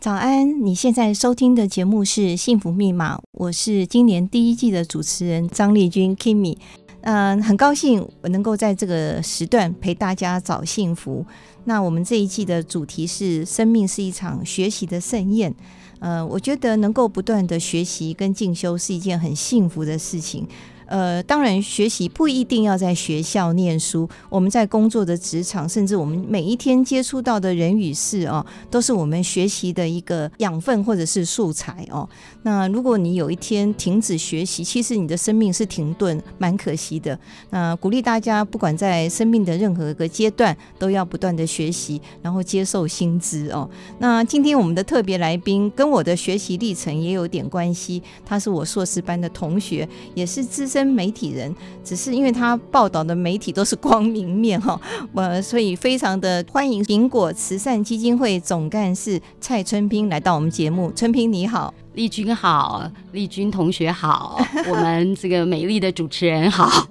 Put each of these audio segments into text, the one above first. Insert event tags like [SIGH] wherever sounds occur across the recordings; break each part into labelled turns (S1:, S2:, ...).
S1: 早安！你现在收听的节目是《幸福密码》，我是今年第一季的主持人张丽君 Kimi。嗯、很高兴我能够在这个时段陪大家找幸福。那我们这一季的主题是“生命是一场学习的盛宴”。呃，我觉得能够不断的学习跟进修是一件很幸福的事情。呃，当然，学习不一定要在学校念书，我们在工作的职场，甚至我们每一天接触到的人与事哦，都是我们学习的一个养分或者是素材哦。那如果你有一天停止学习，其实你的生命是停顿，蛮可惜的。那鼓励大家，不管在生命的任何一个阶段，都要不断的学习，然后接受新知哦。那今天我们的特别来宾跟我的学习历程也有点关系，他是我硕士班的同学，也是资深媒体人，只是因为他报道的媒体都是光明面哈、哦，呃，所以非常的欢迎苹果慈善基金会总干事蔡春平来到我们节目。春平你好，
S2: 丽君好，丽君同学好，我们这个美丽的主持人好。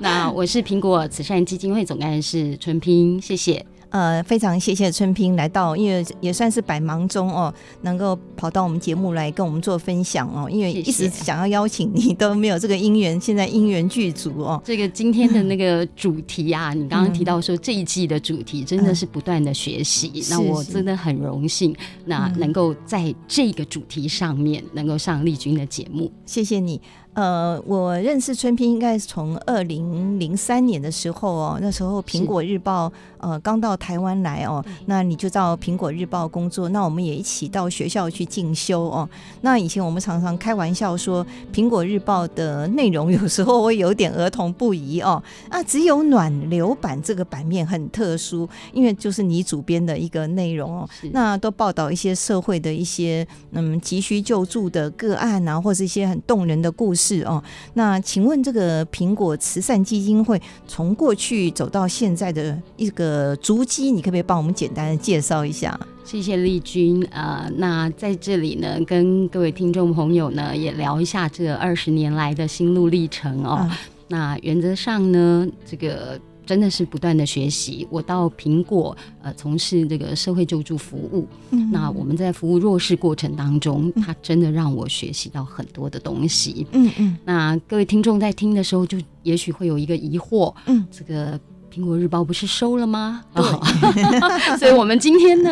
S2: 那我是苹果慈善基金会总干事春拼，谢谢。
S1: 呃，非常谢谢春平来到，因为也算是百忙中哦，能够跑到我们节目来跟我们做分享哦，因为
S2: 谢
S1: 一
S2: 谢
S1: 直想要邀请你都没有这个姻缘，现在姻缘具足哦。
S2: 这个今天的那个主题啊，你刚刚提到说这一季的主题真的是不断的学习，
S1: 是
S2: 那我
S1: 是
S2: 真的很荣幸，那
S1: 嗯
S2: 能够在这个主题上面能够上丽君的节目，
S1: 谢谢你。呃，我认识春平应该是从二零零三年的时候哦，那时候苹果日报呃刚到台湾来哦，那你就到苹果日报工作，那我们也一起到学校去进修哦。那以前我们常常开玩笑说，苹果日报的内容有时候会有点儿童不宜哦，啊，只有暖流版这个版面很特殊，因为就是你主编的一个内容哦，
S2: 是
S1: 那都报道一些社会的一些嗯急需救助的个案啊，或是一些很动人的故事哦。那请问这个苹果慈善基金会从过去走到现在的一个足迹，你可不可以帮我们简单的介绍一下？
S2: 谢谢丽君。呃，那在这里呢，跟各位听众朋友呢，也聊一下这二十年来的心路历程哦。
S1: 啊
S2: 那原则上呢，这个真的是不断的学习。我到苹果呃从事这个社会救助服务，
S1: 嗯
S2: 那我们在服务弱势过程当中，它真的让我学习到很多的东西。
S1: 嗯嗯
S2: 那各位听众在听的时候，就也许会有一个疑惑，
S1: 嗯，
S2: 这个苹果日报不是收了吗？啊 [LAUGHS] 所以我们今天呢，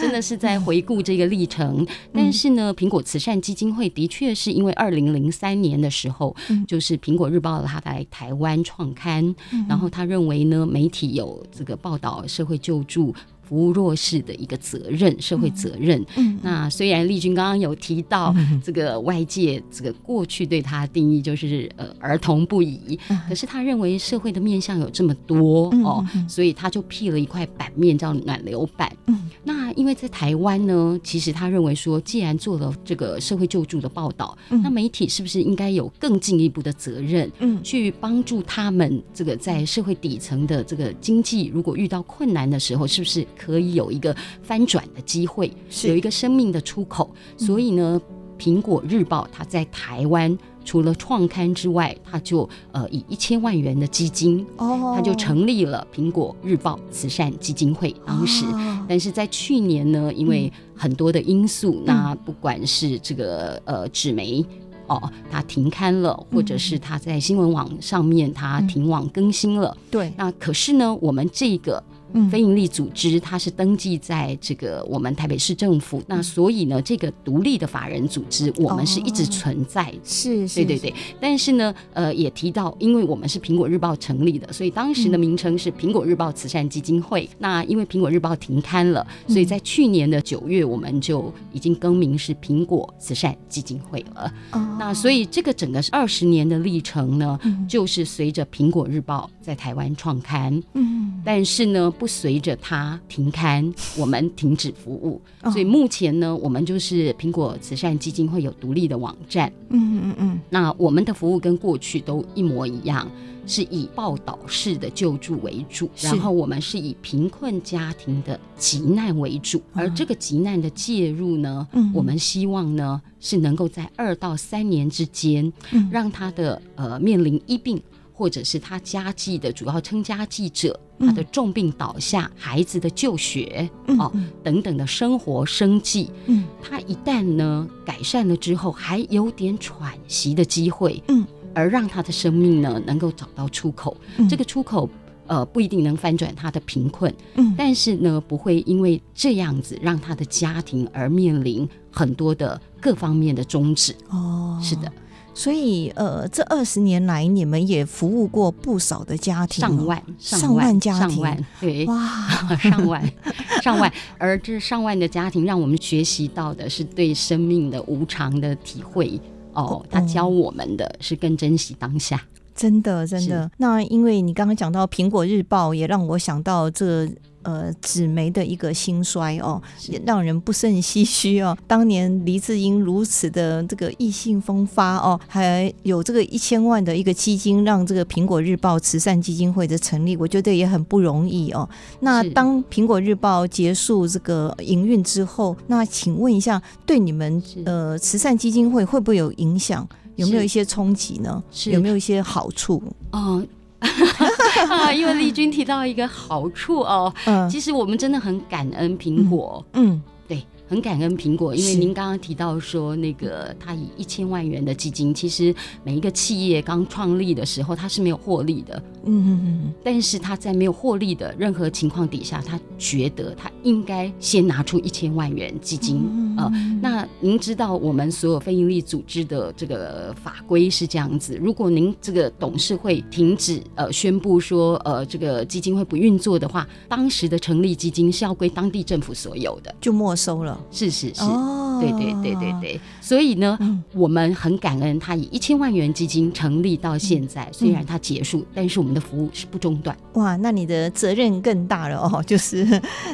S2: 真的是在回顾这个历程。但是呢，苹果慈善基金会的确是因为二零零三年的时候，
S1: 嗯
S2: 就是苹果日报它来台湾创刊，然后他认为呢，媒体有这个报道社会救助。服务弱势的一个责任，社会责任。
S1: 嗯
S2: 那虽然丽君刚刚有提到这个外界这个过去对他的定义就是呃儿童不宜，可是他认为社会的面向有这么多
S1: 嗯
S2: 哦
S1: 嗯，
S2: 所以他就辟了一块版面叫暖流版
S1: 嗯。
S2: 那因为在台湾呢，其实他认为说，既然做了这个社会救助的报道，
S1: 嗯
S2: 那媒体是不是应该有更进一步的责任？
S1: 嗯
S2: 去帮助他们这个在社会底层的这个经济，如果遇到困难的时候，是不是可以有一个翻转的机会，
S1: 是嗯
S2: 有一个生命的出口？所以呢，《苹果日报》它在台湾除了创刊之外，它就呃以一千万元的基金，
S1: 哦
S2: 它就成立了苹果日报慈善基金会。当时，
S1: 哦嗯
S2: 但是在去年呢，因为很多的因素，那不管是这个呃纸媒。哦，它停刊
S1: 嗯
S2: 了，或者是它在新闻网上面它停网更新了。
S1: 对
S2: 那可是呢，我们这个
S1: 嗯
S2: 非营利组织，它是登记在这个我们台北市政
S1: 嗯
S2: 府。那所以呢，这个独立的法人组织，我们是一直
S1: 哦
S2: 存在的。
S1: 是，是
S2: 对对，对，但是呢，呃，也提到，因为我们是苹果日报成立的，所以当时的名称是苹果日报慈善基金会。那因为苹果日报停刊了，
S1: 嗯
S2: 所以在去年的九月，我们就已经更名是苹果慈善基金会了。
S1: 哦
S2: 那所以这个整个二十年的历程呢，
S1: 嗯
S2: 就是随着苹果日报在台湾创刊，
S1: 嗯，
S2: 但是呢，不随着它停刊，我们停止服务。
S1: 哦
S2: 所以目前呢，我们就是苹果慈善基金会有独立的网站。
S1: 嗯嗯嗯
S2: 那我们的服务跟过去都一模一样，是以报道式的救助为主，
S1: 是
S2: 然后我们是以贫困家庭的急难为主，而这个急难的介入呢，
S1: 啊嗯
S2: 我们希望呢是能够在二到三年之间，
S1: 嗯
S2: 让他的呃面临医病。或者是他家计的主要撑家计者，
S1: 嗯
S2: 他的重病倒下、孩子的就学
S1: 嗯
S2: 哦
S1: 嗯
S2: 等等的生活生计，
S1: 嗯
S2: 他一旦呢改善了之后，还有点喘息的机会，
S1: 嗯，
S2: 而让他的生命呢能够找到出口。
S1: 嗯
S2: 这个出口，呃，不一定能翻转他的贫困，
S1: 嗯，
S2: 但是呢，不会因为这样子让他的家庭而面临很多的各方面的终止。
S1: 哦，
S2: 是的，，
S1: 所以呃，这二十年来，你们也服务过不少的家庭哦，
S2: 上万、
S1: 上万
S2: 万、
S1: 家
S2: 上
S1: 庭
S2: 万，对，
S1: 哇，
S2: 上万、 [LAUGHS] 上万，而这上万的家庭让我们学习到的是对生命的无常的体会。哦
S1: 哦，
S2: 他教我们的是更珍惜当下。
S1: 真的真的。那因为你刚刚讲到《苹果日报》，也让我想到这。呃，纸媒的一个兴衰哦，
S2: 是
S1: 也让人不胜唏嘘哦。当年黎智英如此的这个意兴风发哦，还有这个一千万的一个基金，让这个苹果日报慈善基金会的成立，我觉得也很不容易哦。那
S2: 是
S1: 当苹果日报结束这个营运之后，那请问一下，对你们
S2: 是
S1: 呃慈善基金会会不会有影响？有没有
S2: 是
S1: 一些冲击呢？
S2: 是
S1: 有没有一些好处？
S2: 哦， [LAUGHS] 啊，因为丽君提到一个好处哦，
S1: 嗯
S2: 其实我们真的很感恩苹果，
S1: 嗯
S2: 对，很感恩苹果，因为
S1: 是
S2: 您刚刚提到说那个它以一千万元的基金，其实每一个企业刚创立的时候它是没有获利的，
S1: 嗯嗯
S2: 但是它在没有获利的任何情况底下，它觉得它应该先拿出一千万元基金，
S1: 嗯
S2: 呃，那您知道我们所有非营利组织的这个法规是这样子，如果您这个董事会停止呃宣布说呃这个基金会不运作的话，当时的成立基金是要归当地政府所有的，
S1: 就没收了。
S2: 是是是，
S1: 哦
S2: 对对对对，对，所以呢。
S1: 嗯
S2: 我们很感恩，它以一千万元基金成立到现在，虽然它结束，但是我们的服务是不中断。
S1: 哇，那你的责任更大了哦，就是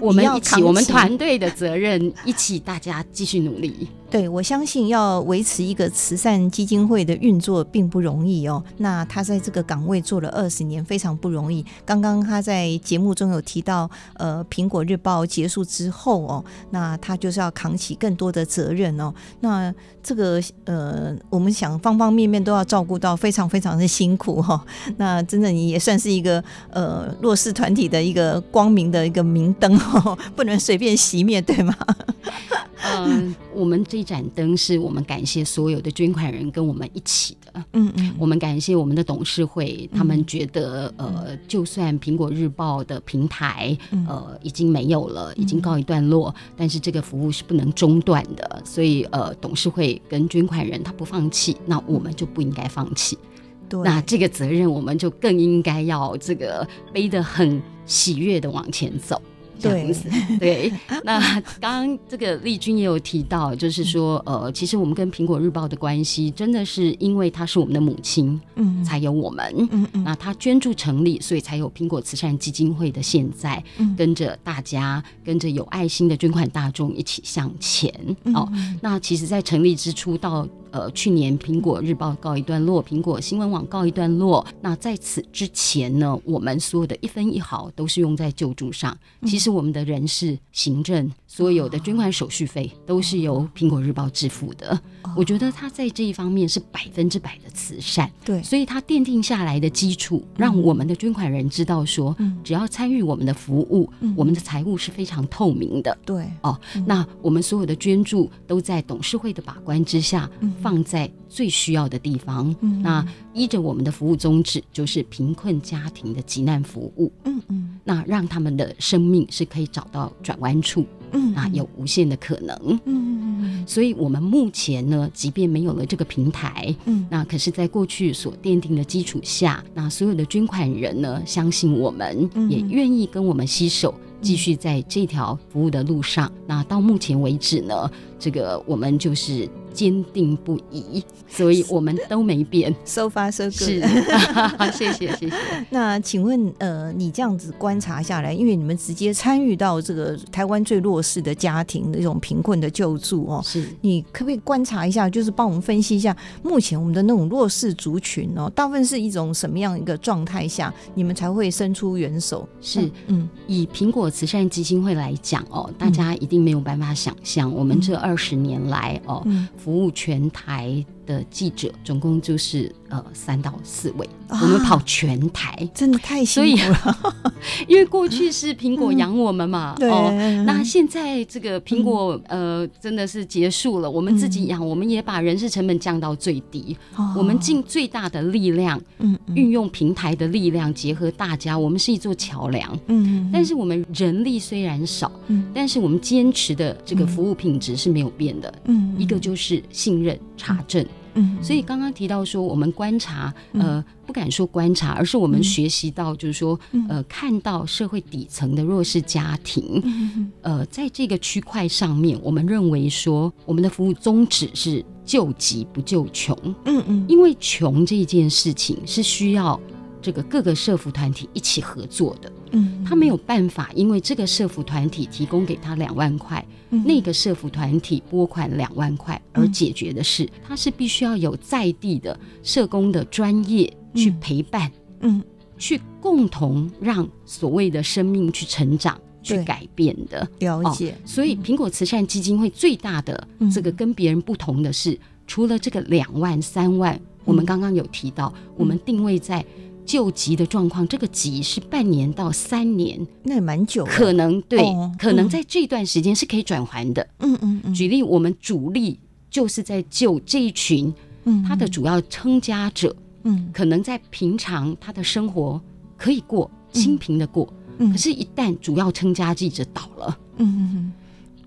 S2: 我们
S1: 你要
S2: 一
S1: 扛
S2: 起，
S1: 起
S2: 我们团队的责任， [LAUGHS] 一起大家继续努力。
S1: 对，我相信要维持一个慈善基金会的运作并不容易哦。那他在这个岗位做了二十年，非常不容易。刚刚他在节目中有提到，呃，苹果日报结束之后哦，那他就是要扛起更多的责任哦。那这个呃，我们想方方面面都要照顾到，非常非常的辛苦哈、哦。那真的你也算是一个呃弱势团体的一个光明的一个明灯哦，不能随便熄灭，对吗？
S2: 嗯，我们这一盏灯是我们感谢所有的捐款人跟我们一起的。
S1: 嗯嗯，
S2: 我们感谢我们的董事会，他们觉得，呃，就算《苹果日报》的平台，
S1: 嗯
S2: 呃，已经没有了，已经告一段落，但是这个服务是不能中断的，所以，呃，董事会跟捐款人他不放弃，那我们就不应该放弃，
S1: 对。
S2: 那这个责任我们就更应该要这个背得很喜悦的往前走。这样
S1: 对
S2: 子，对。那刚刚这个丽君也有提到，就是说，
S1: 嗯
S2: 呃，其实我们跟苹果日报的关系，真的是因为她是我们的母亲，
S1: [LAUGHS] 嗯
S2: 才有我们。
S1: 嗯嗯
S2: 那她捐助成立，所以才有苹果慈善基金会的现在，
S1: 嗯
S2: 跟着大家，跟着有爱心的捐款大众一起向前。
S1: 嗯
S2: 哦，那其实，在成立之初到呃去年，苹果日报告一段落，苹果新闻网告一段落。那在此之前呢，我们所有的一分一毫都是用在救助上。其实我们的人事、行政，所有的捐款手续费都是由苹果日报支付的。我觉得他在这一方面是百分之百的慈善，
S1: 对，
S2: 所以他奠定下来的基础，让我们的捐款人知道说，
S1: 嗯
S2: 只要参与我们的服务，
S1: 嗯
S2: 我们的财务是非常透明的。
S1: 对，
S2: 哦，那我们所有的捐助都在董事会的把关之下，放在最需要的地方。
S1: 嗯
S2: 那依着我们的服务宗旨，就是贫困家庭的急难服务，
S1: 嗯嗯
S2: 那让他们的生命是可以找到转弯处，
S1: 嗯
S2: 那有无限的可能。
S1: 嗯嗯
S2: 所以，我们目前呢，即便没有了这个平台，
S1: 嗯
S2: 那可是，在过去所奠定的基础下，那所有的捐款人呢，相信我们，
S1: 嗯
S2: 也愿意跟我们携手，继续在这条服务的路上。那到目前为止呢，这个我们就是坚定不移，所以我们都没变。
S1: ，so far so
S2: [LAUGHS] 是
S1: good。，
S2: [LAUGHS] 谢谢谢谢。
S1: [LAUGHS] 那请问，呃，你这样子观察下来，因为你们直接参与到这个台湾最弱势的家庭那种贫困的救助哦，
S2: 是
S1: 你可不可以观察一下，就是帮我们分析一下，目前我们的那种弱势族群哦，大部分是一种什么样一个状态下，你们才会伸出援手？
S2: 是，
S1: 嗯
S2: 以苹果慈善基金会来讲哦，大家一定没有办法想象，我们这二十年来哦，
S1: 嗯，
S2: 服务全台的记者，总共就是呃三到四位，
S1: 啊
S2: 我们跑全台，
S1: 真的太
S2: 所
S1: 辛
S2: 以
S1: 苦了。
S2: 因为过去是苹果养我们嘛，
S1: 对，
S2: 哦。那现在这个苹果、呃真的是结束了，我们自己养，我们也把人事成本降到最低，
S1: 哦
S2: 我们尽最大的力量，
S1: 嗯嗯
S2: 运用平台的力量，结合大家，我们是一座桥梁。
S1: 嗯，
S2: 但是我们人力虽然少，
S1: 嗯
S2: 但是我们坚持的这个服务品质是没有变的。
S1: 嗯
S2: 一个就是信任查证，
S1: 嗯，
S2: 所以刚刚提到说，我们观察，呃，不敢说观察，而是我们学习到，就是说，呃，看到社会底层的弱势家庭，
S1: 嗯
S2: 呃，在这个区块上面，我们认为说，我们的服务宗旨是救急不救穷，
S1: 嗯嗯
S2: 因为穷这件事情是需要这个各个社服团体一起合作的。
S1: 嗯，
S2: 他没有办法，因为这个社服团体提供给他两万块，那个社服团体拨款两万块
S1: 嗯
S2: 而解决的事，他是必须要有在地的社工的专业去陪伴，
S1: 嗯
S2: 去共同让所谓的生命去成长、去
S1: 对嗯
S2: 改变的。
S1: 了
S2: 哦
S1: 解，
S2: 所以，苹果慈善基金会最大的这
S1: 嗯
S2: 个跟别人不同的是，除了这个两万、三万，我们刚刚有提到，
S1: 嗯
S2: 我们定位在救急的状况，这个急是半年到三年，
S1: 那也蛮久了，
S2: 可能对
S1: 哦，
S2: 可能
S1: 嗯
S2: 在这段时间是可以转还的。
S1: 嗯嗯嗯
S2: 举例，我们主力就是在救这一群，
S1: 嗯，
S2: 他的主要撑家者，
S1: 嗯
S2: 可能在平常他的生活可以过清贫的过，
S1: 嗯
S2: 可是，一旦主要撑家记者倒了。
S1: 嗯嗯嗯，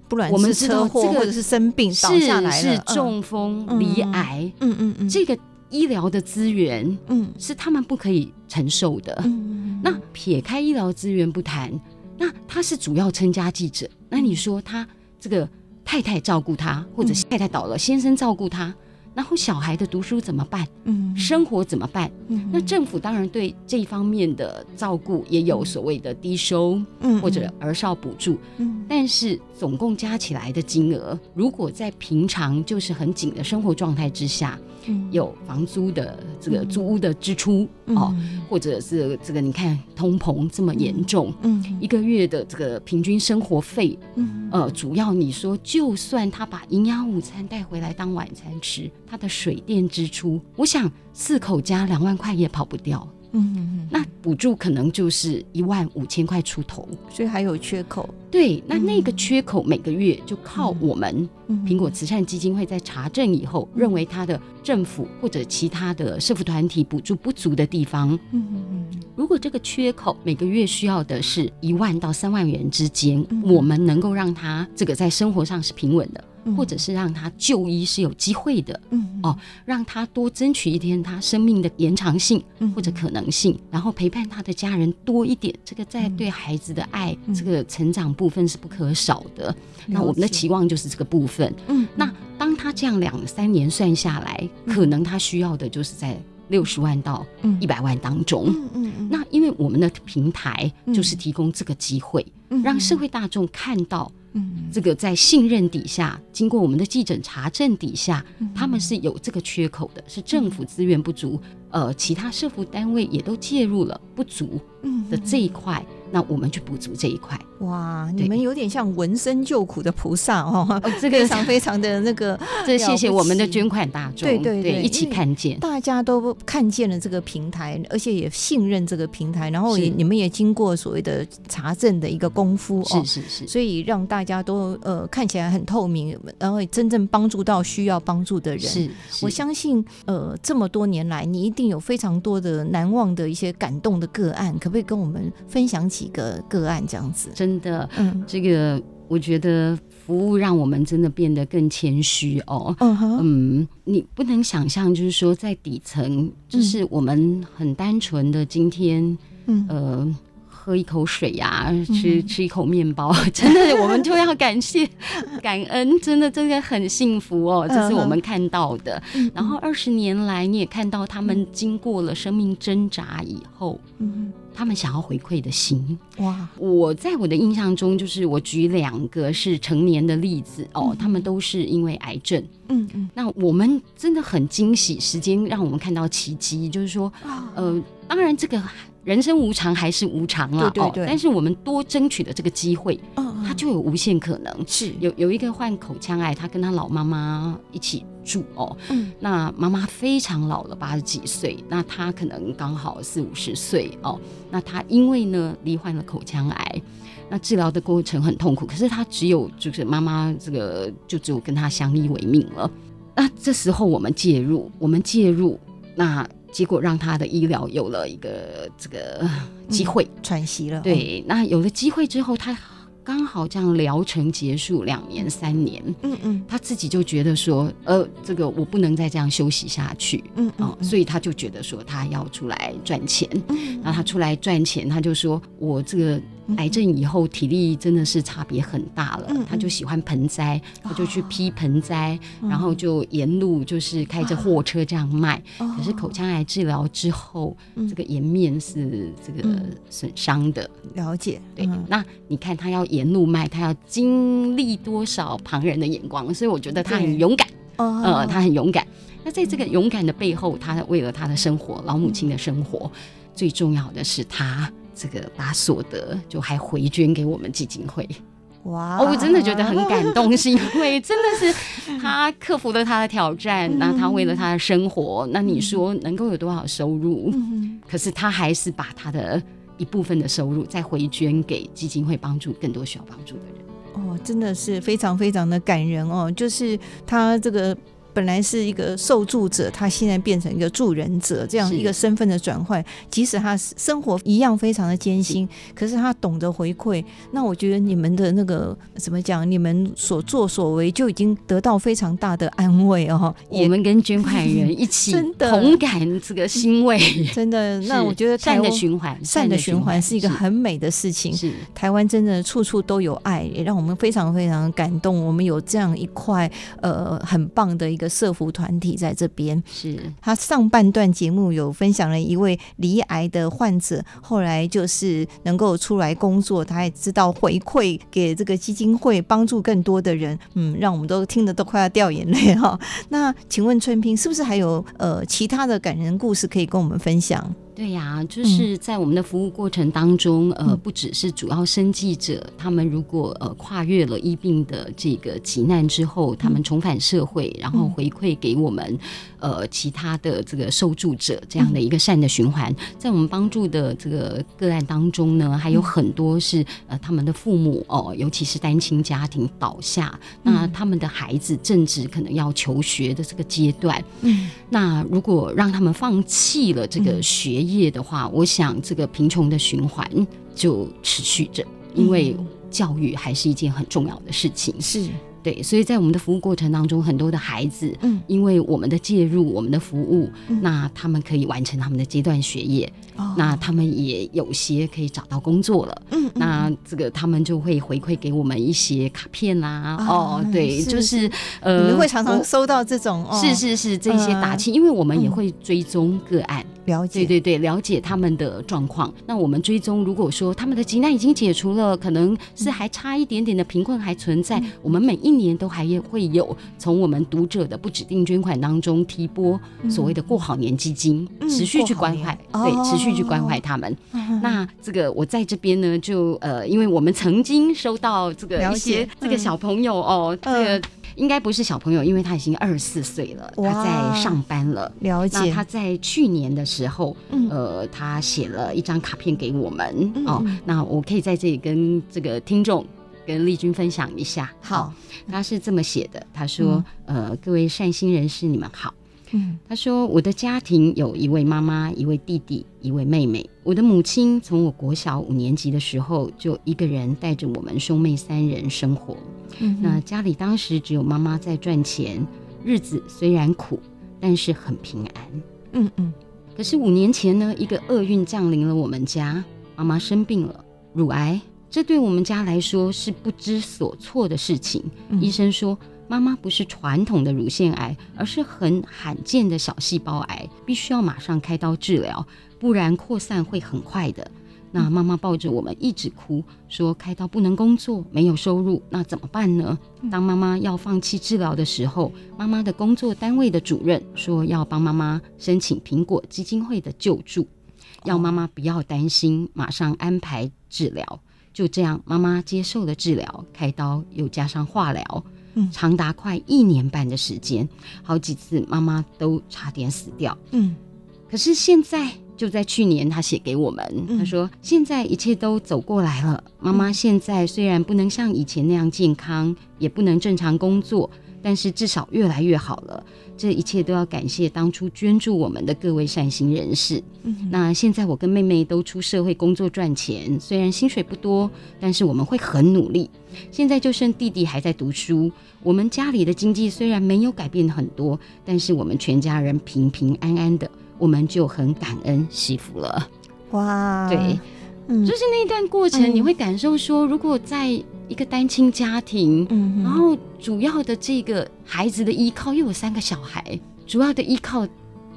S1: 不然
S2: 我们
S1: 是
S2: 知道
S1: 车祸
S2: 这个
S1: 或者是生病倒
S2: 是
S1: 下来了
S2: 是，中风、
S1: 嗯
S2: 离癌，
S1: 嗯嗯嗯，
S2: 这个医疗的资源
S1: 嗯
S2: 是他们不可以承受的。
S1: 嗯
S2: 那撇开医疗资源不谈，那他是主要参加记者，那你说他这个太太照顾他，或
S1: 嗯
S2: 者太太倒了，先生照顾他。然后小孩的读书怎么办？
S1: 嗯
S2: 生活怎么办？
S1: 嗯
S2: 那政府当然对这方面的照顾也有所谓的低收
S1: 嗯
S2: 或者儿少补助，
S1: 嗯
S2: 但是总共加起来的金额，如果在平常就是很紧的生活状态之下，
S1: 嗯
S2: 有房租的这个租屋的支出、哦，或者是这个你看通膨这么严重，
S1: 嗯
S2: 一个月的这个平均生活费，
S1: 嗯
S2: 呃，主要你说就算他把营养午餐带回来当晚餐吃，他的水电支出，我想四口加两万块也跑不掉，
S1: 嗯，
S2: 那补助可能就是一万五千块出头。
S1: 所以还有缺口，
S2: 对，那那个缺口每个月就靠我们
S1: 嗯
S2: 苹果慈善基金会在查证以后，认为它的政府或者其他的社福团体补助不足的地方，
S1: 嗯嗯
S2: 如果这个缺口每个月需要的是一万到三万元之间，我们能够让他这个在生活上是平稳的，或者是让他就医是有机会的，
S1: 嗯
S2: 哦，让他多争取一天他生命的延长性
S1: 嗯
S2: 或者可能性，然后陪伴他的家人多一点，这个在
S1: 嗯
S2: 对孩子的爱、这个成长部分是不可少的。那我们的期望就是这个部分。
S1: 嗯
S2: 那当他这样两三年算下来，可能他需要的就是在六十万到
S1: 嗯
S2: 一百万当中。
S1: 嗯嗯
S2: 那因为我们的平台就是提供这个机会，
S1: 嗯
S2: 让社会大众看到
S1: 嗯
S2: 这个在信任底下，经过我们的记者查证底下，
S1: 嗯
S2: 他们是有这个缺口的，是政府资源不足，呃，其他社服单位也都介入了不足
S1: 嗯
S2: 的这一块。那我们去补足这一块。
S1: 哇，
S2: 对
S1: 你们有点像闻声救苦的菩萨哦，
S2: 哦， [LAUGHS] 这个
S1: 非常非常的那个，
S2: 这谢谢我们的
S1: 了不起
S2: 捐款大众，
S1: 对对对
S2: 一起
S1: 因为
S2: 看见。
S1: 大家都看见了这个平台，而且也信任这个平台，然后也
S2: 是
S1: 你们也经过所谓的查证的一个功夫哦
S2: 是，是是，
S1: 所以让大家都呃看起来很透明，然后也真正帮助到需要帮助的人。
S2: 是
S1: 我
S2: 是
S1: 相信，呃，这么多年来，你一定有非常多的难忘的一些感动的个案，可不可以跟我们分享几个个案这样子？
S2: 真的，
S1: 嗯
S2: 这个我觉得服务让我们真的变得更谦虚哦。
S1: 嗯嗯哼，
S2: 嗯，你不能想象，就是说在底层，就是我们很单纯的今天，
S1: 嗯
S2: 呃。喝一口水呀、
S1: 嗯
S2: 吃
S1: 哼
S2: 吃一口面
S1: [LAUGHS]
S2: 包，真的，我们就要感谢、 [LAUGHS] 感恩，真的，这个很幸福哦，这是我们看到的。
S1: 嗯
S2: 然后二十年来，你也看到他们经过了生命挣扎以后，
S1: 嗯
S2: 他们想要回馈的心。
S1: 哇，
S2: 我在我的印象中，就是我举两个是成年的例子哦
S1: 嗯，
S2: 他们都是因为癌症。
S1: 嗯嗯
S2: 那我们真的很惊喜，时间让我们看到奇迹，就是说，
S1: 啊
S2: 呃，当然这个人生无常还是无常啦，
S1: 对对对
S2: 哦，但是我们多争取的这个机会，
S1: 嗯
S2: 它就有无限可能。
S1: 是
S2: 有有一个患口腔癌，他跟他老妈妈一起住哦，
S1: 嗯
S2: 那妈妈非常老了，八十几岁，那她可能刚好四五十岁哦。那她因为呢罹患了口腔癌，那治疗的过程很痛苦，可是她只有就是妈妈这个就只有跟她相依为命了。那这时候我们介入，我们介入，那结果让她的医疗有了一个这个机会。
S1: 喘息了，哦
S2: 对，那有了机会之后，她刚好这样疗程结束两年三年，
S1: 嗯嗯
S2: 他自己就觉得说，呃，这个我不能再这样休息下去
S1: 嗯
S2: 哦，
S1: 嗯
S2: 所以他就觉得说他要出来赚钱。
S1: 嗯
S2: 然后他出来赚钱，他就说我这个癌症以后体力真的是差别很大了，
S1: 嗯嗯
S2: 他就喜欢盆栽，他就去批盆栽，
S1: 嗯
S2: 然后就沿路就是开着货车这样卖。
S1: 哦
S2: 可是口腔癌治疗之后，
S1: 嗯
S2: 这个颜面是这个
S1: 嗯
S2: 损伤的，
S1: 了解，
S2: 对，
S1: 嗯
S2: 那你看他要沿路卖，他要经历多少旁人的眼光，所以我觉得他很勇敢，
S1: 哦
S2: 呃，他很勇敢。那在这个勇敢的背后，他为了他的生活，老母亲的生活，最重要的是他这个把所得就还回捐给我们基金会。
S1: 哇，
S2: 哦，我真的觉得很感动，是因为真的是他克服了他的挑战，那他为了他的生活，那你说能够有多少收入？
S1: 嗯，
S2: 可是他还是把他的一部分的收入再回捐给基金会，帮助更多需要帮助的人。
S1: 哦，真的是非常非常的感人哦，就是他这个。本来是一个受助者，他现在变成一个助人者，这样
S2: 是
S1: 一个身份的转换。即使他生活一样非常的艰辛，可是他懂得回馈。那我觉得你们的那个怎么讲，你们所作所为就已经得到非常大的安慰哦。
S2: 我们跟捐款人一起
S1: [LAUGHS] 真的
S2: 同感这个欣慰。
S1: 真的， [LAUGHS] 那
S2: 是
S1: 我觉得台
S2: 善的
S1: 湾
S2: 循环，
S1: 善的循环是一个很美的事情。
S2: 是
S1: 台湾真的处处都有爱，也让我们非常非常感动。我们有这样一块呃很棒的一个社服团体在这边。
S2: 是
S1: 他上半段节目有分享了一位离癌的患者，后来就是能够出来工作，他也知道回馈给这个基金会，帮助更多的人。嗯，让我们都听得都快要掉眼泪哈、 [LAUGHS] 那请问春平是不是还有呃其他的感人故事可以跟我们分享？
S2: 对呀、就是在我们的服务过程当中，呃，
S1: 嗯
S2: 不只是主要生计者，他们如果呃跨越了疫病的这个急难之后，他们重返社会，然后回馈给我们呃其他的这个受助者这样的一个善的循环，在我们帮助的这个个案当中呢，还有很多是呃他们的父母哦、尤其是单亲家庭倒下，那他们的孩子正值可能要求学的这个阶段，
S1: 嗯
S2: 那如果让他们放弃了这个学业的话，我想这个贫穷的循环就持续着，因为
S1: 嗯
S2: 教育还是一件很重要的事情。
S1: 是
S2: 对，所以在我们的服务过程当中，很多的孩子。
S1: 嗯
S2: 因为我们的介入，我们的服务，
S1: 嗯
S2: 那他们可以完成他们的阶段学业，
S1: 哦
S2: 那他们也有些可以找到工作了。
S1: 嗯嗯
S2: 那这个他们就会回馈给我们一些卡片啦，
S1: 啊
S2: 哦，对，
S1: 是
S2: 就是
S1: 你
S2: 呃，
S1: 们会常
S2: 我
S1: 常收到这种，哦嗯
S2: 是是是，这些打气，因为我们也会追踪个案，
S1: 了解，
S2: 对对对，了解他们的状况。那我们追踪，如果说他们的急难已经解除了，可能是还差一点点的贫困还存
S1: 嗯
S2: 在，我们每一年都还也会有从我们读者的不指定捐款当中提拨所谓的过好年基金，
S1: 嗯
S2: 持续去关怀，
S1: 过好年
S2: 对，持续去
S1: 哦
S2: 关怀他们。
S1: 嗯
S2: 那这个我在这边呢，就呃，因为我们曾经收到这个
S1: 了
S2: 一
S1: 解
S2: 些这个
S1: 嗯
S2: 小朋友哦，这
S1: 嗯
S2: 个应该不是小朋友，因为他已经二十四岁了，他
S1: 哇
S2: 在上班了。
S1: 了
S2: 那
S1: 解，
S2: 他在去年的时候，
S1: 嗯
S2: 呃，他写了一张卡片给我们、
S1: 嗯
S2: 哦
S1: 嗯，
S2: 那我可以在这里跟这个听众。跟丽君分享一下，
S1: 好
S2: 哦，他是这么写的，他说：“呃，各位善心人士，你们好。
S1: 嗯
S2: 他说：“我的家庭有一位妈妈，一位弟弟，一位妹妹。我的母亲从我国小五年级的时候就一个人带着我们兄妹三人生活。
S1: 嗯
S2: 那家里当时只有妈妈在赚钱，日子虽然苦，但是很平安。
S1: 嗯嗯
S2: 可是五年前呢，一个厄运降临了我们家，妈妈生病了，乳癌。这对我们家来说是不知所措的事情。
S1: 嗯
S2: 医生说，妈妈不是传统的乳腺癌，而是很罕见的小细胞癌，必须要马上开刀治疗，不然扩散会很快的。那妈妈抱着我们一直哭，说开刀不能工作，没有收入，那怎么办呢？当妈妈要放弃治疗的时候，妈妈的工作单位的主任说要帮妈妈申请苹果基金会的救助，要妈妈不要担心，马上安排治疗。就这样，妈妈接受了治疗，开刀又加上化疗，
S1: 嗯
S2: 长达快一年半的时间，好几次妈妈都差点死掉。
S1: 嗯
S2: 可是现在就在去年，他写给我们，
S1: 嗯
S2: 他说现在一切都走过来了。妈妈现在虽然不能像以前那样健康，也不能正常工作，但是至少越来越好了。这一切都要感谢当初捐助我们的各位善心人士。
S1: 嗯
S2: 那现在我跟妹妹都出社会工作赚钱，虽然薪水不多，但是我们会很努力。现在就剩弟弟还在读书，我们家里的经济虽然没有改变很多，但是我们全家人平平安安的，我们就很感恩惜福了。
S1: 哇，
S2: 对，
S1: 嗯，
S2: 就是那一段过程，
S1: 嗯
S2: 你会感受说，如果在一个单亲家庭，
S1: 嗯，
S2: 然后主要的这个孩子的依靠，又有三个小孩，主要的依靠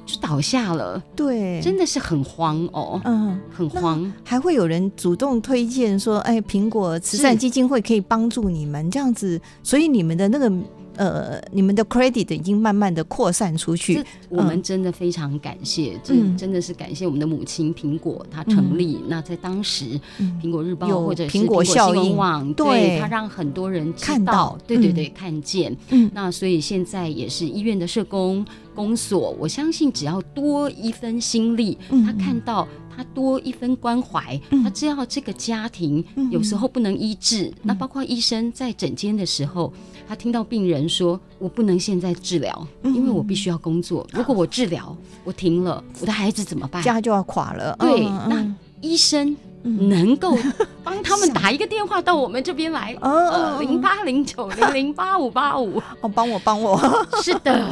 S2: 就倒下了，
S1: 对，
S2: 真的是很慌哦，
S1: 嗯。
S2: 很慌。
S1: 还会有人主动推荐说：“哎，苹果慈善
S2: 是
S1: 基金会可以帮助你们这样子。”所以你们的那个呃，你们的 credit 已经慢慢的扩散出去
S2: 这。我们真的非常感谢，这、
S1: 嗯
S2: 真的是感谢我们的母亲苹果，它成立。那在当时，
S1: 嗯
S2: 苹果日报
S1: 有
S2: 或者是
S1: 苹
S2: 苹
S1: 果
S2: 果
S1: 效应
S2: 新闻网，对
S1: 对
S2: 它让很多人知
S1: 看到
S2: 对对
S1: 嗯
S2: 对，看见。
S1: 嗯
S2: 那所以现在也是医院的社工、公所，我相信只要多一分心力，
S1: 嗯
S2: 他看到他多一分关怀，
S1: 嗯
S2: 他知道这个家庭
S1: 嗯
S2: 有时候不能医治，那包括医生在诊间的时候，他听到病人说：“我不能现在治疗，
S1: 嗯
S2: 因为我必须要工作。如果我治疗，我停了，我的孩子怎么办？”
S1: 家就要垮了。
S2: 对，
S1: 嗯
S2: 那医生
S1: 嗯
S2: 能
S1: [LAUGHS]
S2: 够帮他们打一个电话到我们这边来，
S1: 嗯嗯
S2: 呃，
S1: 嗯
S2: 零八零
S1: [LAUGHS]
S2: 九零零八五八五。
S1: 哦，帮我帮我， [LAUGHS]
S2: 是的，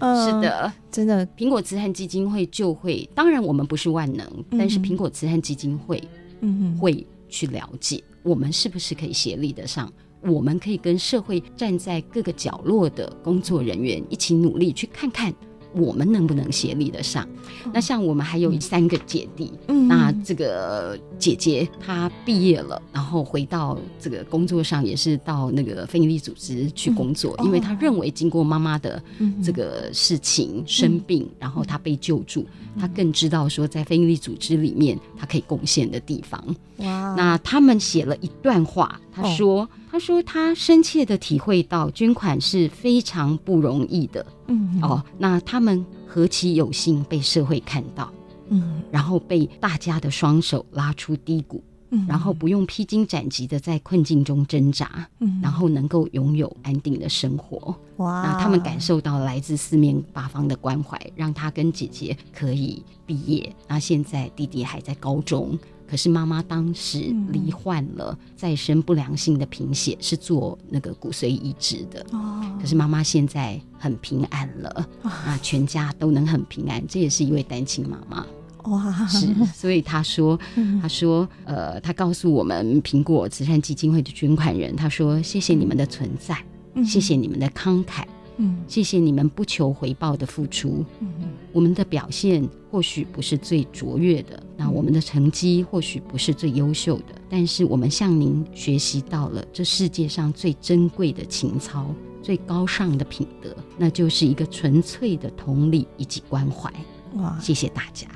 S1: 嗯
S2: 是的，
S1: 真的，
S2: 苹果慈善基金会就会，当然我们不是万能，
S1: 嗯
S2: 但是苹果慈善基金会
S1: 嗯，
S2: 会去了解我们是不是可以协力得上。我们可以跟社会站在各个角落的工作人员一起努力，去看看我们能不能协力得上。那像我们还有三个姐弟，
S1: 嗯
S2: 那这个姐姐她毕业了，然后回到这个工作上，也是到那个非营利组织去工作，
S1: 嗯哦
S2: 因为她认为经过妈妈的
S1: 嗯
S2: 这个事情、生病，然后她被救助，
S1: 嗯
S2: 她更知道说在非营利组织里面她可以贡献的地方。
S1: 哇，
S2: 那他们写了一段话，他
S1: 嗯哦
S2: 说：“他说他深切的体会到捐款是非常不容易的、
S1: 嗯，
S2: 哦，那他们何其有幸被社会看到。”
S1: 嗯
S2: 然后被大家的双手拉出低谷，
S1: 嗯
S2: 然后不用披荆斩棘的在困境中挣扎，
S1: 嗯啊
S2: 然后能够拥有安定的生活。
S1: 哇，
S2: 那他们感受到来自四面八方的关怀，让他跟姐姐可以毕业。那现在弟弟还在高中，可是妈妈当时罹患了
S1: 嗯
S2: 再生不良性的贫血，是做那个骨髓移植的。
S1: 哦
S2: 可是妈妈现在很平安了，那全家都能很平安，这也是一位单亲妈妈。
S1: 哇，
S2: [LAUGHS] 是，所以他说，他说，呃，他告诉我们苹嗯果慈善基金会的捐款人，他说，谢谢你们的存在，谢谢你们的慷慨，
S1: 嗯
S2: 谢谢你们不求回报的付出。
S1: 嗯
S2: 我们的表现或许不是最卓越的，那我们的成绩或许不是最优秀的，但是我们向您学习到了这世界上最珍贵的情操、最高尚的品德，那就是一个纯粹的同理以及关怀。
S1: 嗯，哇，
S2: 谢谢大家，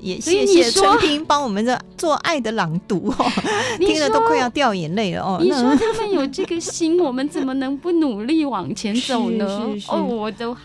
S1: 也
S2: 所以
S1: 谢
S2: 你
S1: 谢
S2: 说
S1: 春平帮我们的做爱的朗读 [LAUGHS] 哦，
S2: 你
S1: 听了都
S2: 说
S1: 快要掉眼泪了哦。
S2: 你
S1: 那
S2: 说他们有这个心，我们怎么能不努力往前走呢
S1: 是是？是
S2: 哦，我都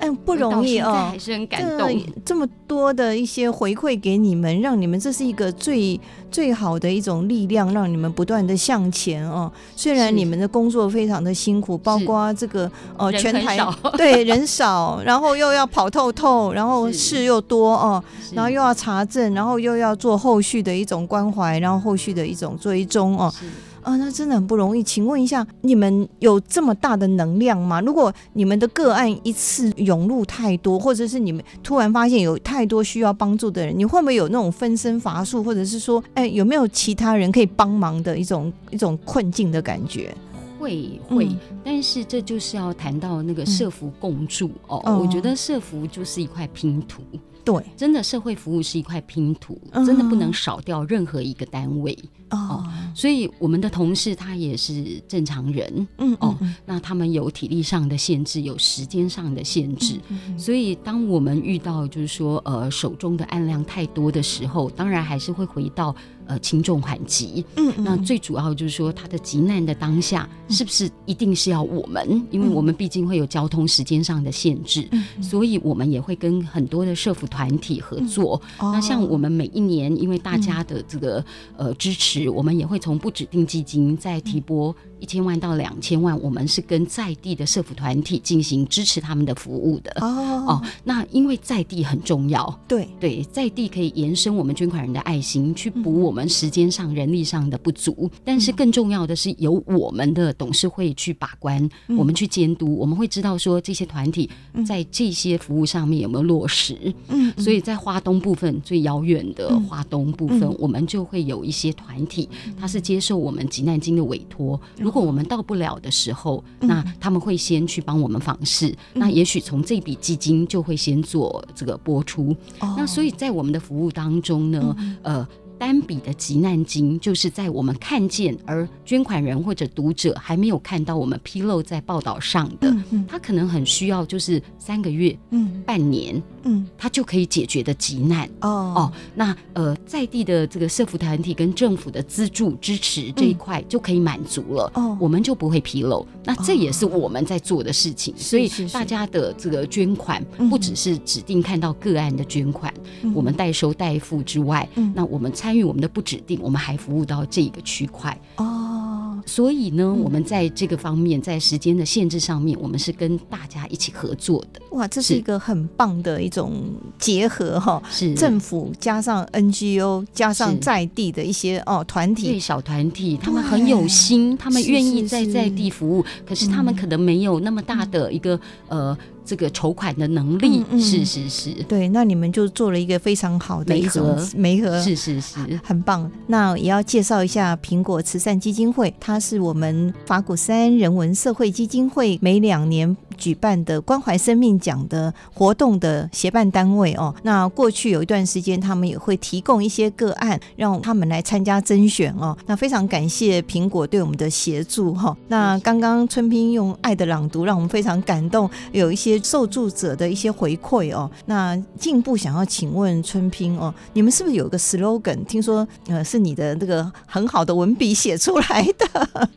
S1: 嗯不容易
S2: 我到现在
S1: 哦
S2: 还，是很感
S1: 这
S2: 动。
S1: 这么多的一些回馈给你们，让你们这是一个最最好的一种力量，让你们不断的向前哦。虽然
S2: 是
S1: 你们的工作非常的辛苦，包括这个呃
S2: 人
S1: 全
S2: 很
S1: 台
S2: 少
S1: 对人少，然后又要跑透透，然后
S2: 是
S1: 事又多哦，
S2: 是
S1: 然后又要查证，然后又要做后续的一种关怀，然后后续的一种追踪哦。
S2: 是
S1: 啊，那真的很不容易。请问一下，你们有这么大的能量吗？如果你们的个案一次涌入太多，或者是你们突然发现有太多需要帮助的人，你会不会有那种分身乏术，或者是说，哎，有没有其他人可以帮忙的一种一种困境的感觉？
S2: 会会
S1: 嗯，
S2: 但是这就是要谈到那个社福共助哦。
S1: 哦
S2: 我觉得社福就是一块拼图，
S1: 对，
S2: 真的社会服务是一块拼图，
S1: 嗯
S2: 真的不能少掉任何一个单位。
S1: 哦，
S2: 所以我们的同事他也是正常人，
S1: 嗯
S2: 哦，那他们有体力上的限制，有时间上的限制。
S1: 嗯
S2: 所以，当我们遇到就是说，呃，手中的案量太多的时候，当然还是会回到呃轻重缓急。
S1: 嗯嗯
S2: 那最主要就是说，他的急难的当下，是不是一定是要我们？因为我们毕竟会有交通时间上的限制，
S1: 嗯
S2: 所以我们也会跟很多的社服团体合作。
S1: 哦
S2: 那像我们每一年，因为大家的这个呃支持，我们也会从不指定基金再提拨一千万到两千万，我们是跟在地的社服团体进行支持他们的服务的。
S1: 哦
S2: 哦，那因为在地很重要，
S1: 对，
S2: 对，在地可以延伸我们捐款人的爱心，去补我们时间上、人力上的不足。但是更重要的是，由我们的董事会去把关，我们去监督，我们会知道说这些团体在这些服务上面有没有落实。
S1: 嗯
S2: 所以在花东部分最遥远的花东部分，我们就会有一些团体，他是接受我们急难金的委托。如果我们到不了的时候，那他们会先去帮我们访视。那也许从这笔基金就会先做这个播出。
S1: 哦
S2: 那所以在我们的服务当
S1: 嗯
S2: 中呢，呃。单笔的急难金，就是在我们看见而捐款人或者读者还没有看到我们披露在报道上的，
S1: 嗯
S2: 他可能很需要，就是三个月、
S1: 嗯
S2: 半年，
S1: 嗯
S2: 他就可以解决的急难。
S1: 哦
S2: 哦，那呃，在地的这个社服团体跟政府的资助支持这一块就可以满足了，
S1: 哦
S2: 我们就不会纰漏。那这也是我们在做的事情，所以
S1: 是是
S2: 大家的这个捐款不只哦是嗯指定看到个案的捐款，我们代收代付之外，
S1: 嗯
S2: 那我们参与我们的不指定，我们还服务到这个区块。
S1: 哦
S2: 所以呢，我们在这个方面，在时间的限制上面，我们是跟大家一起合作的，
S1: 哇，这是一个很棒的一种结合哈、
S2: 是
S1: 政府加上 NGO 加上
S2: 是
S1: 在地的一些哦团
S2: 对
S1: 体，
S2: 小团体，他们很有心，他们愿意在
S1: 是是
S2: 在地服务，可是他们可能没有那么大的一个、呃这个筹款的能力。
S1: 嗯嗯
S2: 是是是
S1: 对，那你们就做了一个非常好的一种媒合。
S2: 是是是，
S1: 很棒，那也要介绍一下苹果慈善基金会，它是我们法鼓山人文社会基金会每两年举办的关怀生命奖的活动的协办单位哦。那过去有一段时间，他们也会提供一些个案，让他们来参加甄选哦。那非常感谢苹果对我们的协助哈、那刚刚春斌用爱的朗读，让我们非常感动，有一些受助者的一些回馈哦。那进一步想要请问春拼哦，你们是不是有一个 slogan？听说呃是你的那个很好的文笔写出来的，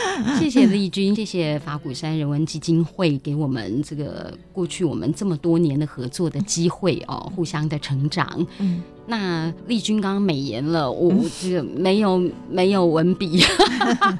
S2: [LAUGHS] 谢谢丽君，谢谢法鼓山人文基金会给我们这个过去我们这么多年的合作的机会哦，互相的成长。
S1: 嗯，
S2: 那丽君刚刚美言了，我我这个没有没有文笔， [LAUGHS]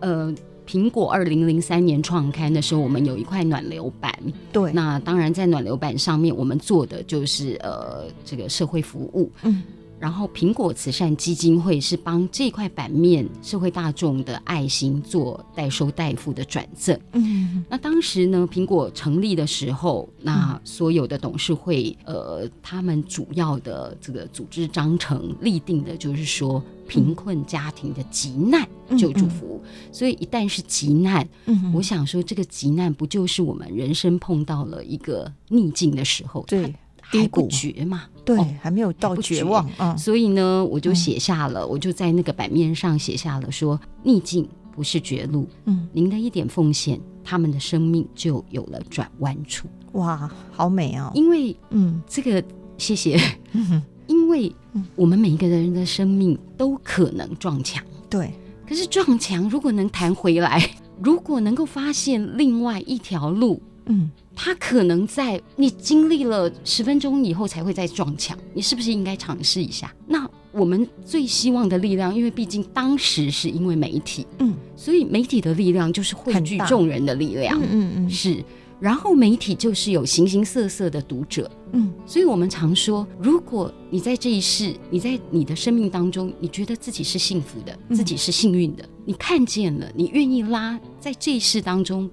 S2: 呃。苹果二零零三年创刊的时候，我们有一块暖流板，
S1: 对，
S2: 那当然，在暖流板上面，我们做的就是呃这个社会服务。
S1: 嗯
S2: 然后苹果慈善基金会是帮这块版面社会大众的爱心做代收代付的转赠。
S1: 嗯
S2: 那当时呢，苹果成立的时候，那所有的董事会，呃，他们主要的这个组织章程立定的就是说，贫困家庭的急难救助服务。所以一旦是急难，
S1: 嗯
S2: 我想说，这个急难不就是我们人生碰到了一个逆境的时候，
S1: 对
S2: 它
S1: 低
S2: 还
S1: 谷嗯
S2: 不觉嘛？
S1: 对
S2: 哦，
S1: 还没有到
S2: 不
S1: 绝
S2: 绝
S1: 望啊。
S2: 所以呢，我就写下了，我就在那个版面上写下了说，逆境不是绝路，
S1: 嗯，
S2: 您的一点奉献，他们的生命就有了转弯处。
S1: 哇，好美哦。
S2: 因为
S1: 嗯
S2: 这个，谢谢，
S1: 嗯哼，
S2: 因为
S1: 嗯
S2: 我们每一个人的生命都可能撞墙，
S1: 对，
S2: 可是撞墙如果能弹回来，如果能够发现另外一条路。
S1: 嗯
S2: 它可能在你经历了十分钟以后才会再撞墙，你是不是应该尝试一下？那我们最希望的力量，因为毕竟当时是因为媒体，
S1: 嗯
S2: 所以媒体的力量就是汇
S1: 很
S2: 聚
S1: 大
S2: 众人的力量，
S1: 嗯嗯
S2: 是。然后媒体就是有形形色色的读者，
S1: 嗯
S2: 所以我们常说，如果你在这一世，你在你的生命当中，你觉得自己是幸福的，
S1: 嗯
S2: 自己是幸运的，你看见了，你愿意拉在这一世当中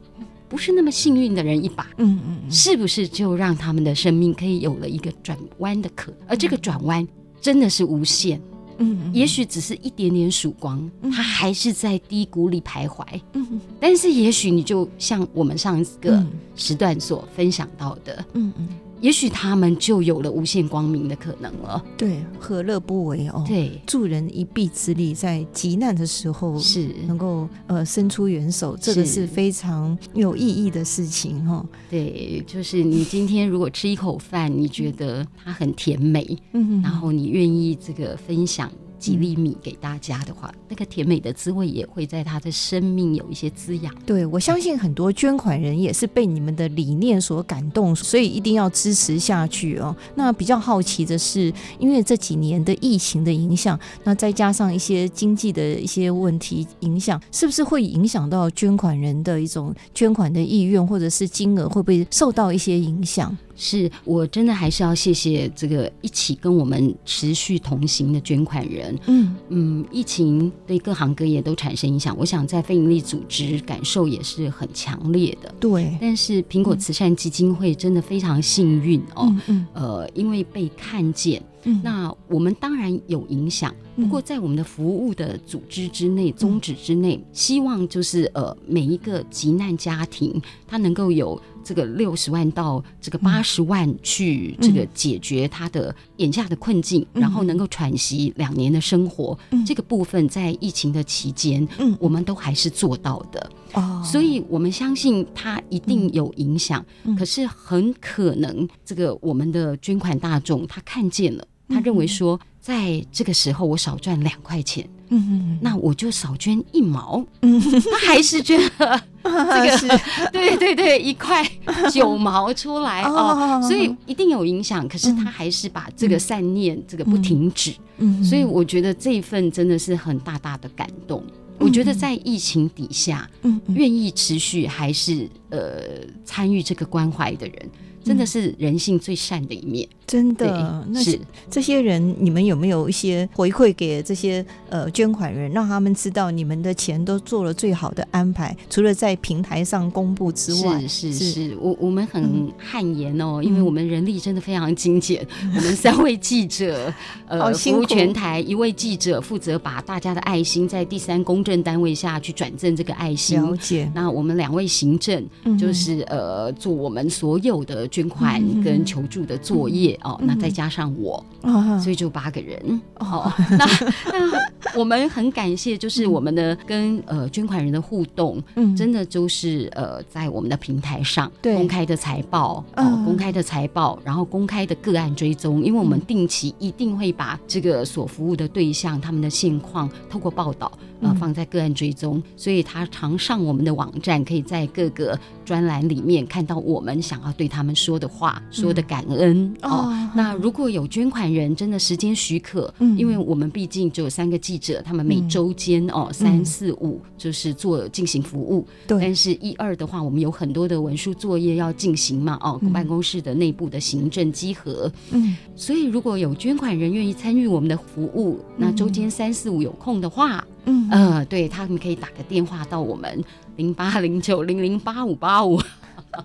S2: 不是那么幸运的人一把，
S1: 嗯嗯
S2: 是不是就让他们的生命可以有了一个转弯的可能？而这个转弯真的是无限，
S1: 嗯
S2: 也许只是一点点曙光，
S1: 嗯
S2: 它还是在低谷里徘徊。
S1: 嗯
S2: 但是也许你就像我们上一个
S1: 嗯
S2: 时段所分享到的，
S1: 嗯嗯，
S2: 也许他们就有了无限光明的可能了。
S1: 对，何乐不为哦？，
S2: 对，
S1: 助人一臂之力，在急难的时候
S2: 是，
S1: 能够呃伸出援手，这个是
S2: 是
S1: 非常有意义的事情哈、哦。
S2: 对，就是你今天如果吃一口饭，你觉得它很甜美，
S1: 嗯
S2: 然后你愿意这个分享几粒米给大家的话，那个甜美的滋味也会在他的生命有一些滋养。
S1: 对我相信很多捐款人也是被你们的理念所感动，所以一定要支持下去哦。那比较好奇的是，因为这几年的疫情的影响，那再加上一些经济的一些问题影响，是不是会影响到捐款人的一种捐款的意愿，或者是金额会不会受到一些影响？
S2: 是我真的还是要谢谢这个一起跟我们持续同行的捐款人。
S1: 嗯
S2: 嗯，疫情对各行各业都产生影响，我想在非营利组织感受也是很强烈的。
S1: 对，
S2: 但是苹果慈善基金会真的非常幸运哦，
S1: 嗯嗯
S2: 呃，因为被看见，
S1: 嗯，
S2: 那我们当然有影响，
S1: 嗯
S2: 不过在我们的服务的组织之内、宗旨之
S1: 嗯
S2: 内，希望就是呃每一个急难家庭，他能够有这个六十万到这
S1: 嗯
S2: 个八十万去这个解决他的眼下的困境，
S1: 嗯
S2: 然后能够喘息两年的生活，
S1: 嗯
S2: 这个部分在疫情的期间，
S1: 嗯
S2: 我们都还是做到的。
S1: 哦，
S2: 所以我们相信它一定有影响，
S1: 嗯
S2: 可是很可能这个我们的捐款大众他看见了，他认为
S1: 嗯
S2: 说，在这个时候我少赚两块钱，
S1: 嗯嗯
S2: 那我就少捐一毛，
S1: 嗯
S2: 他还是捐了， [LAUGHS]
S1: 这 [LAUGHS] 个是
S2: 对对对，一
S1: [LAUGHS]
S2: 块九毛出来
S1: 哦 [LAUGHS]
S2: 哦，所以一定有影响，可是他还是把这个善念这个不停止，
S1: 嗯
S2: 所以我觉得这一份真的是很大大的感动。我觉得在疫情底下，
S1: 嗯嗯
S2: 愿意持续还是呃参与这个关怀的人，真的是人性最善的一面。
S1: 真
S2: 对
S1: 的，嗯那
S2: 是
S1: 这些人，你们有没有一些回馈给这些呃捐款人，让他们知道你们的钱都做了最好的安排？除了在平台上公布之外，
S2: 是是
S1: 是
S2: 是，我我们很汗颜哦，
S1: 嗯
S2: 因为我们人力真的非常精简，
S1: [LAUGHS]
S2: 我们三位记者，
S1: 好
S2: 呃，
S1: 辛
S2: 服
S1: 苦
S2: 务全台一位记者负责把大家的爱心在第三公证单位下去转正这个爱心。
S1: 了解，
S2: 那我们两位行政
S1: 嗯
S2: 就是呃做我们所有的捐款
S1: 嗯嗯嗯嗯
S2: 跟求助的作业哦，那再加上我，
S1: 啊
S2: 所以就八个人哦。那那我们很感谢，就是我们的跟呃捐款人的互动，
S1: 嗯
S2: 真的就是呃在我们的平台上
S1: 对
S2: 公开的财报哦
S1: 嗯，
S2: 公开的财报，然后公开的个案追踪，因为我们定期一定会把这个所服务的对象他们的现况透过报道呃
S1: 嗯
S2: 放在个案追踪，所以他常上我们的网站，可以在各个专栏里面看到我们想要对他们说的话、说的感恩哦。
S1: 嗯哦
S2: 那如果有捐款人真的时间许可，
S1: 嗯
S2: 因为我们毕竟只有三个记者，他们每周间、哦三四五就是做进行服务，但
S1: 嗯对，
S2: 是一二的话，我们有很多的文书作业要进行嘛，哦，
S1: 嗯
S2: 办公室的内部的行政稽核，
S1: 嗯
S2: 所以如果有捐款人愿意参与我们的服务，那周间三四五有空的话，
S1: 嗯
S2: 呃，对他们可以打个电话到我们零八零九零零八五八五。 [LAUGHS]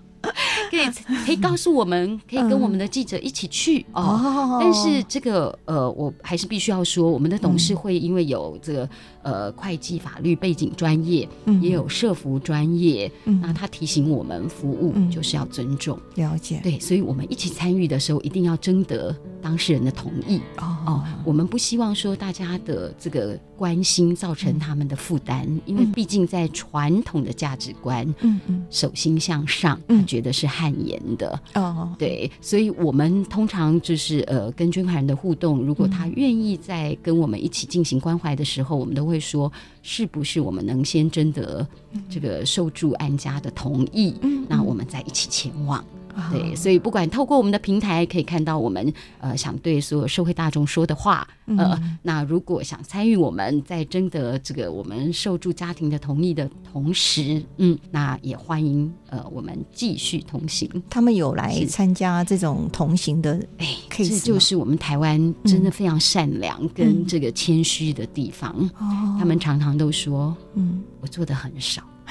S2: 可以可以告诉我们，可以跟
S1: 嗯
S2: 我们的记者一起去、哦。
S1: 哦
S2: 但是这个呃，我还是必须要说，我们的董事会因为有这个呃会计法律背景专业，
S1: 嗯
S2: 也有啊社服专业，
S1: 嗯
S2: 那他提醒我们服务
S1: 嗯
S2: 就是要尊重，
S1: 了解
S2: 对，所以我们一起参与的时候，一定要征得当事人的同意哦
S1: 哦。
S2: 我们不希望说大家的这个关心造成他们的负担，因为毕竟在传统的价值观，
S1: 嗯嗯
S2: 手心向上，
S1: 嗯
S2: 他觉得是汗颜的，
S1: 哦
S2: 对，所以我们通常就是呃，跟捐款人的互动，如果他
S1: 嗯
S2: 愿意在跟我们一起进行关怀的时候，我们都会说，是不是我们能先征得这个受助安家的同意，
S1: 嗯
S2: 那我们再一起前往。
S1: 啊
S2: 对，所以不管透过我们的平台，可以看到我们呃想对所有社会大众说的话，
S1: 嗯
S2: 呃，那如果想参与我们在征得这个我们受助家庭的同意的同时，嗯，那也欢迎呃我们继续同行。
S1: 他们有来
S2: 是
S1: 参加这种同行的
S2: 哎，这
S1: case
S2: 就
S1: 吗
S2: 是我们台湾真的
S1: 嗯
S2: 非常善良跟这个谦虚的地方。
S1: 哦
S2: 他们常常都说
S1: 嗯
S2: 我做的很少， [LAUGHS]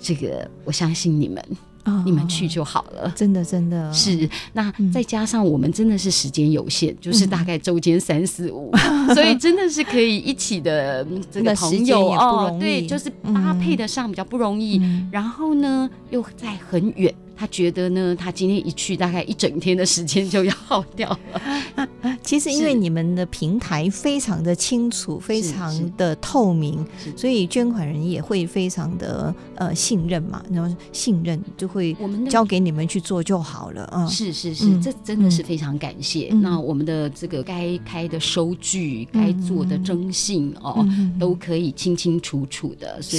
S2: 这个我相信你们，
S1: 啊
S2: 你们去就好了。
S1: 真的真的
S2: 是，那
S1: 嗯
S2: 再加上我们真的是时间有限，就是大概周间三四
S1: [LAUGHS]
S2: 五，所以真的是可以一起的嗯这
S1: 那
S2: 个
S1: 时间
S2: 朋
S1: 也
S2: 友
S1: 不
S2: 哦
S1: 容，
S2: 对，
S1: 易
S2: 就是搭配得上比较不容易。
S1: 嗯
S2: 然后呢，又在很远，他觉得呢，他今天一去，大概一整天的时间就要耗掉了。
S1: 其实因为
S2: 是
S1: 你们的平台非常的清楚，非常的透明，
S2: 是
S1: 所以捐款人也会非常的呃信任嘛，然后信任就会
S2: 我们的
S1: 交给你们去做就好了啊。
S2: 是是是，
S1: 嗯
S2: 这真的是非常感谢。
S1: 嗯
S2: 那我们的这个该开的收据、该做的征信哦，
S1: 嗯
S2: 都可以清清楚楚的，所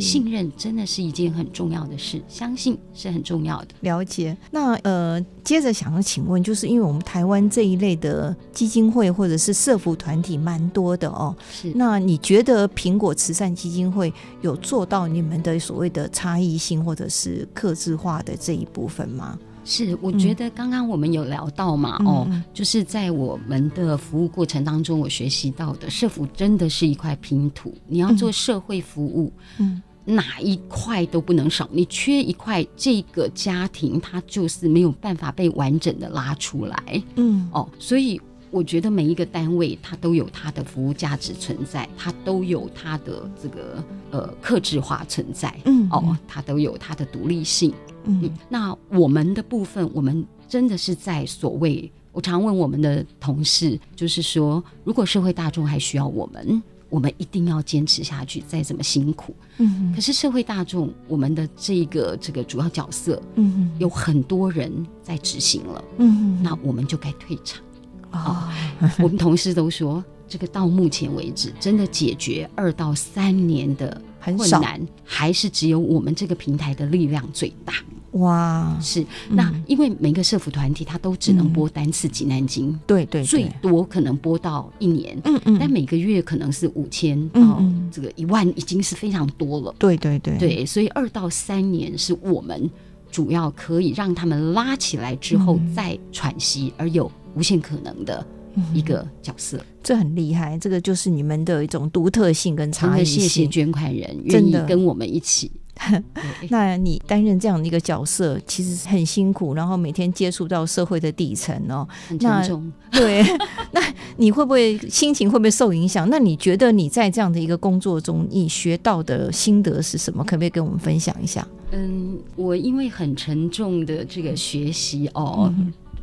S1: 是
S2: 信任真的是一件很重要的事，相信是很重要的。
S1: 了解。那呃，接着想要请问，就是因为我们台湾这一类的基金会或者是社服团体蛮多的哦，
S2: 是
S1: 那你觉得苹果慈善基金会有做到你们的所谓的差异性或者是克制化的这一部分吗？
S2: 是，我
S1: 嗯
S2: 觉得刚刚我们有聊到嘛，哦，就是在我们的服务过程当中，我学习到的社服真的是一块拼图，你要做社会服务，
S1: 嗯
S2: 哪一块都不能少，你缺一块，这个家庭它就是没有办法被完整的拉出来
S1: 嗯
S2: 哦，所以。我觉得每一个单位它都有它的服务价值存在，它都有它的这个呃克制化存在，
S1: 嗯
S2: 哦，它都有它的独立性。
S1: 嗯
S2: 嗯，那我们的部分，我们真的是在所谓，我常问我们的同事，就是说，如果社会大众还需要我们，我们一定要坚持下去，再怎么辛苦。
S1: 嗯
S2: 可是社会大众，我们的这个这个主要角色，
S1: 嗯
S2: 有很多人在执行了，
S1: 嗯
S2: 那我们就该退
S1: [LAUGHS]
S2: 场。
S1: 哦
S2: 我们同事都说，这个到目前为止，真的解决二到三年的
S1: 很
S2: 困
S1: 少
S2: 难，还是只有我们这个平台的力量最大。
S1: 哇，
S2: 是，那因为每个社服团体它都只能拨单次济南金，
S1: 对嗯对
S2: 最
S1: 对，
S2: 多可能拨到一年，
S1: 嗯嗯
S2: 但每哦个月可能是五千
S1: 嗯
S2: 到
S1: 嗯
S2: 这个一万，已经是非常多了。
S1: 对对对，
S2: 对，所以二到三年是我们主要可以让他们拉起来之后再喘息，而有无限可能的
S1: 嗯
S2: 一个角
S1: [LAUGHS]
S2: 色。
S1: 这很厉害，这个就是你们的一种独特性跟
S2: 真
S1: 差异
S2: 的谢谢
S1: 性。
S2: 捐款人愿
S1: 真
S2: 意
S1: 的
S2: 跟我们
S1: [LAUGHS]
S2: 一起。对
S1: 那你担任这样的一个角色，其实很辛苦，然后每天接触到社会的底层哦。
S2: 很
S1: 那
S2: 沉重。 [LAUGHS]
S1: 对，那你会不会心情会不会受影响？那你觉得你在这样的一个工作中，你学到的心得是什么？可不可以跟我们分享一下？
S2: 嗯，我因为很沉重的这个学习哦，嗯
S1: [LAUGHS]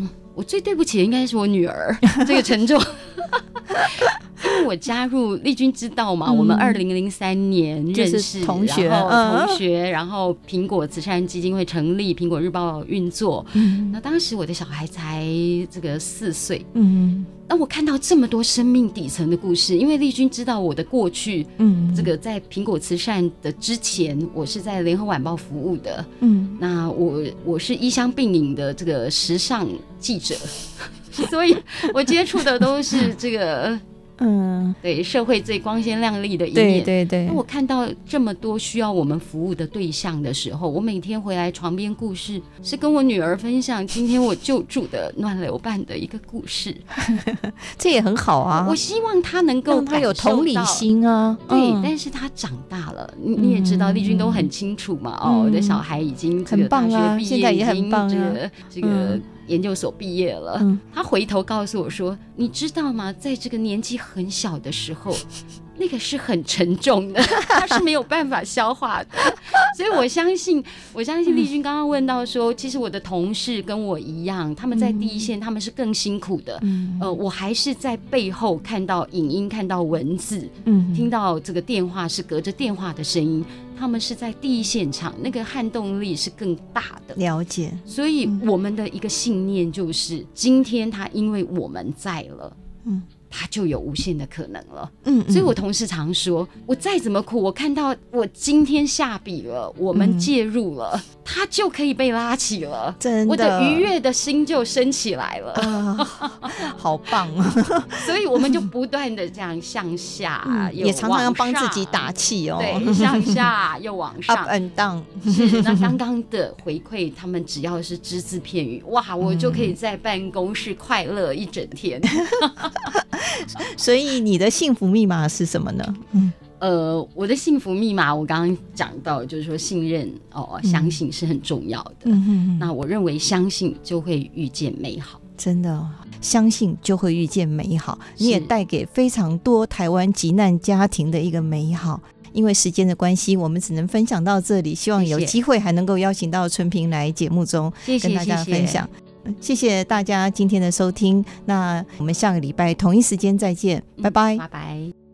S2: 嗯，我最对不起的应该是我女儿这个沉重，因为我加入丽君知道嘛，我们二零零三年认
S1: 嗯就
S2: 识
S1: 是同学
S2: 然后
S1: 嗯
S2: 同学，然后苹果慈善基金会成立，苹果日报运作。那当时我的小孩才这个四岁，
S1: 嗯
S2: 那我看到这么多生命底层的故事，因为丽君知道我的过去。
S1: 嗯，
S2: 这个在苹果慈善的之前，我是在联合晚报服务的。
S1: 嗯
S2: 那我我是衣香鬓影的这个时尚记者， [LAUGHS] 所以我接触的都是这个呃
S1: 嗯，
S2: 对社会最光鲜亮丽的一
S1: 对
S2: 面。
S1: 对对
S2: 那，我看到这么多需要我们服务的对象的时候，我每天回来床边故事是跟我女儿分享今天我救助的暖流办的一个故事。
S1: 这也很好啊
S2: 我，希望她能够
S1: 让他有
S2: 感受
S1: 同理
S2: 到
S1: 心啊，
S2: 对，
S1: 嗯
S2: 但是他长大了，你你也知道，
S1: 嗯
S2: 丽君都很清楚嘛。哦，我的小孩已经这个
S1: 很棒
S2: 大
S1: 啊
S2: 学毕
S1: 现
S2: 业，
S1: 在
S2: 已
S1: 也很
S2: 经
S1: 棒啊
S2: 这个这个
S1: 嗯
S2: 研究所毕业了。
S1: 嗯
S2: 他回头告诉我说：“你知道吗？在这个年纪很小的时候， [LAUGHS] 那个是很沉重的， [LAUGHS] 他是没有办法消化的。 [LAUGHS] 所以我相信，我相
S1: 嗯
S2: 信丽君刚刚问到说，其实我的同事跟我一样，他们在第一线，他们是更辛苦的。
S1: 嗯
S2: 呃，我还是在背后看到影音，看到文字，
S1: 嗯，
S2: 听到这个电话是隔着电话的声音，他们是在第一现场，那个撼动力是更大的。
S1: 了解，
S2: 所以我们的一个信念就是，今天他因为我们在了，
S1: 嗯，
S2: 他就有无限的可能了。
S1: 嗯，嗯
S2: 所以我同事常说，我再怎么苦，我看到我今天下笔了，我们
S1: 嗯
S2: 介入了，他就可以被拉起了，
S1: 真的
S2: 我的愉悦的心就升起来了。
S1: 啊， [LAUGHS] 好棒啊！
S2: 所以我们就不断的这样向下，
S1: 嗯
S2: 有
S1: 也常常要
S2: 往
S1: 帮自
S2: 上
S1: 己打气哦。啊呃
S2: 对，向下
S1: [LAUGHS]
S2: 又往
S1: Up
S2: 上。
S1: and down，
S2: 是，那刚刚的回馈，他们只要是只字片语，哇，我就
S1: 嗯
S2: 可以在办公室快乐一整天。 [LAUGHS]
S1: 所以你的幸福密码是什么呢？嗯
S2: 呃，我的幸福密码，我刚刚讲到，就是说信任哦，相信是很重要的。
S1: 嗯
S2: 那我认为相信就会遇见美好。
S1: 真的哦相信就会遇见美好，
S2: 是
S1: 你也带给非常多台湾急难家庭的一个美好。因为时间的关系，我们只能分享到这里。希望有
S2: 谢谢
S1: 机会还能够邀请到春平来节目中
S2: 谢谢，
S1: 跟大家
S2: 谢谢
S1: 分享。嗯谢谢大家今天的收听，那我们下个礼拜同一时间再见，拜拜。
S2: 嗯拜拜。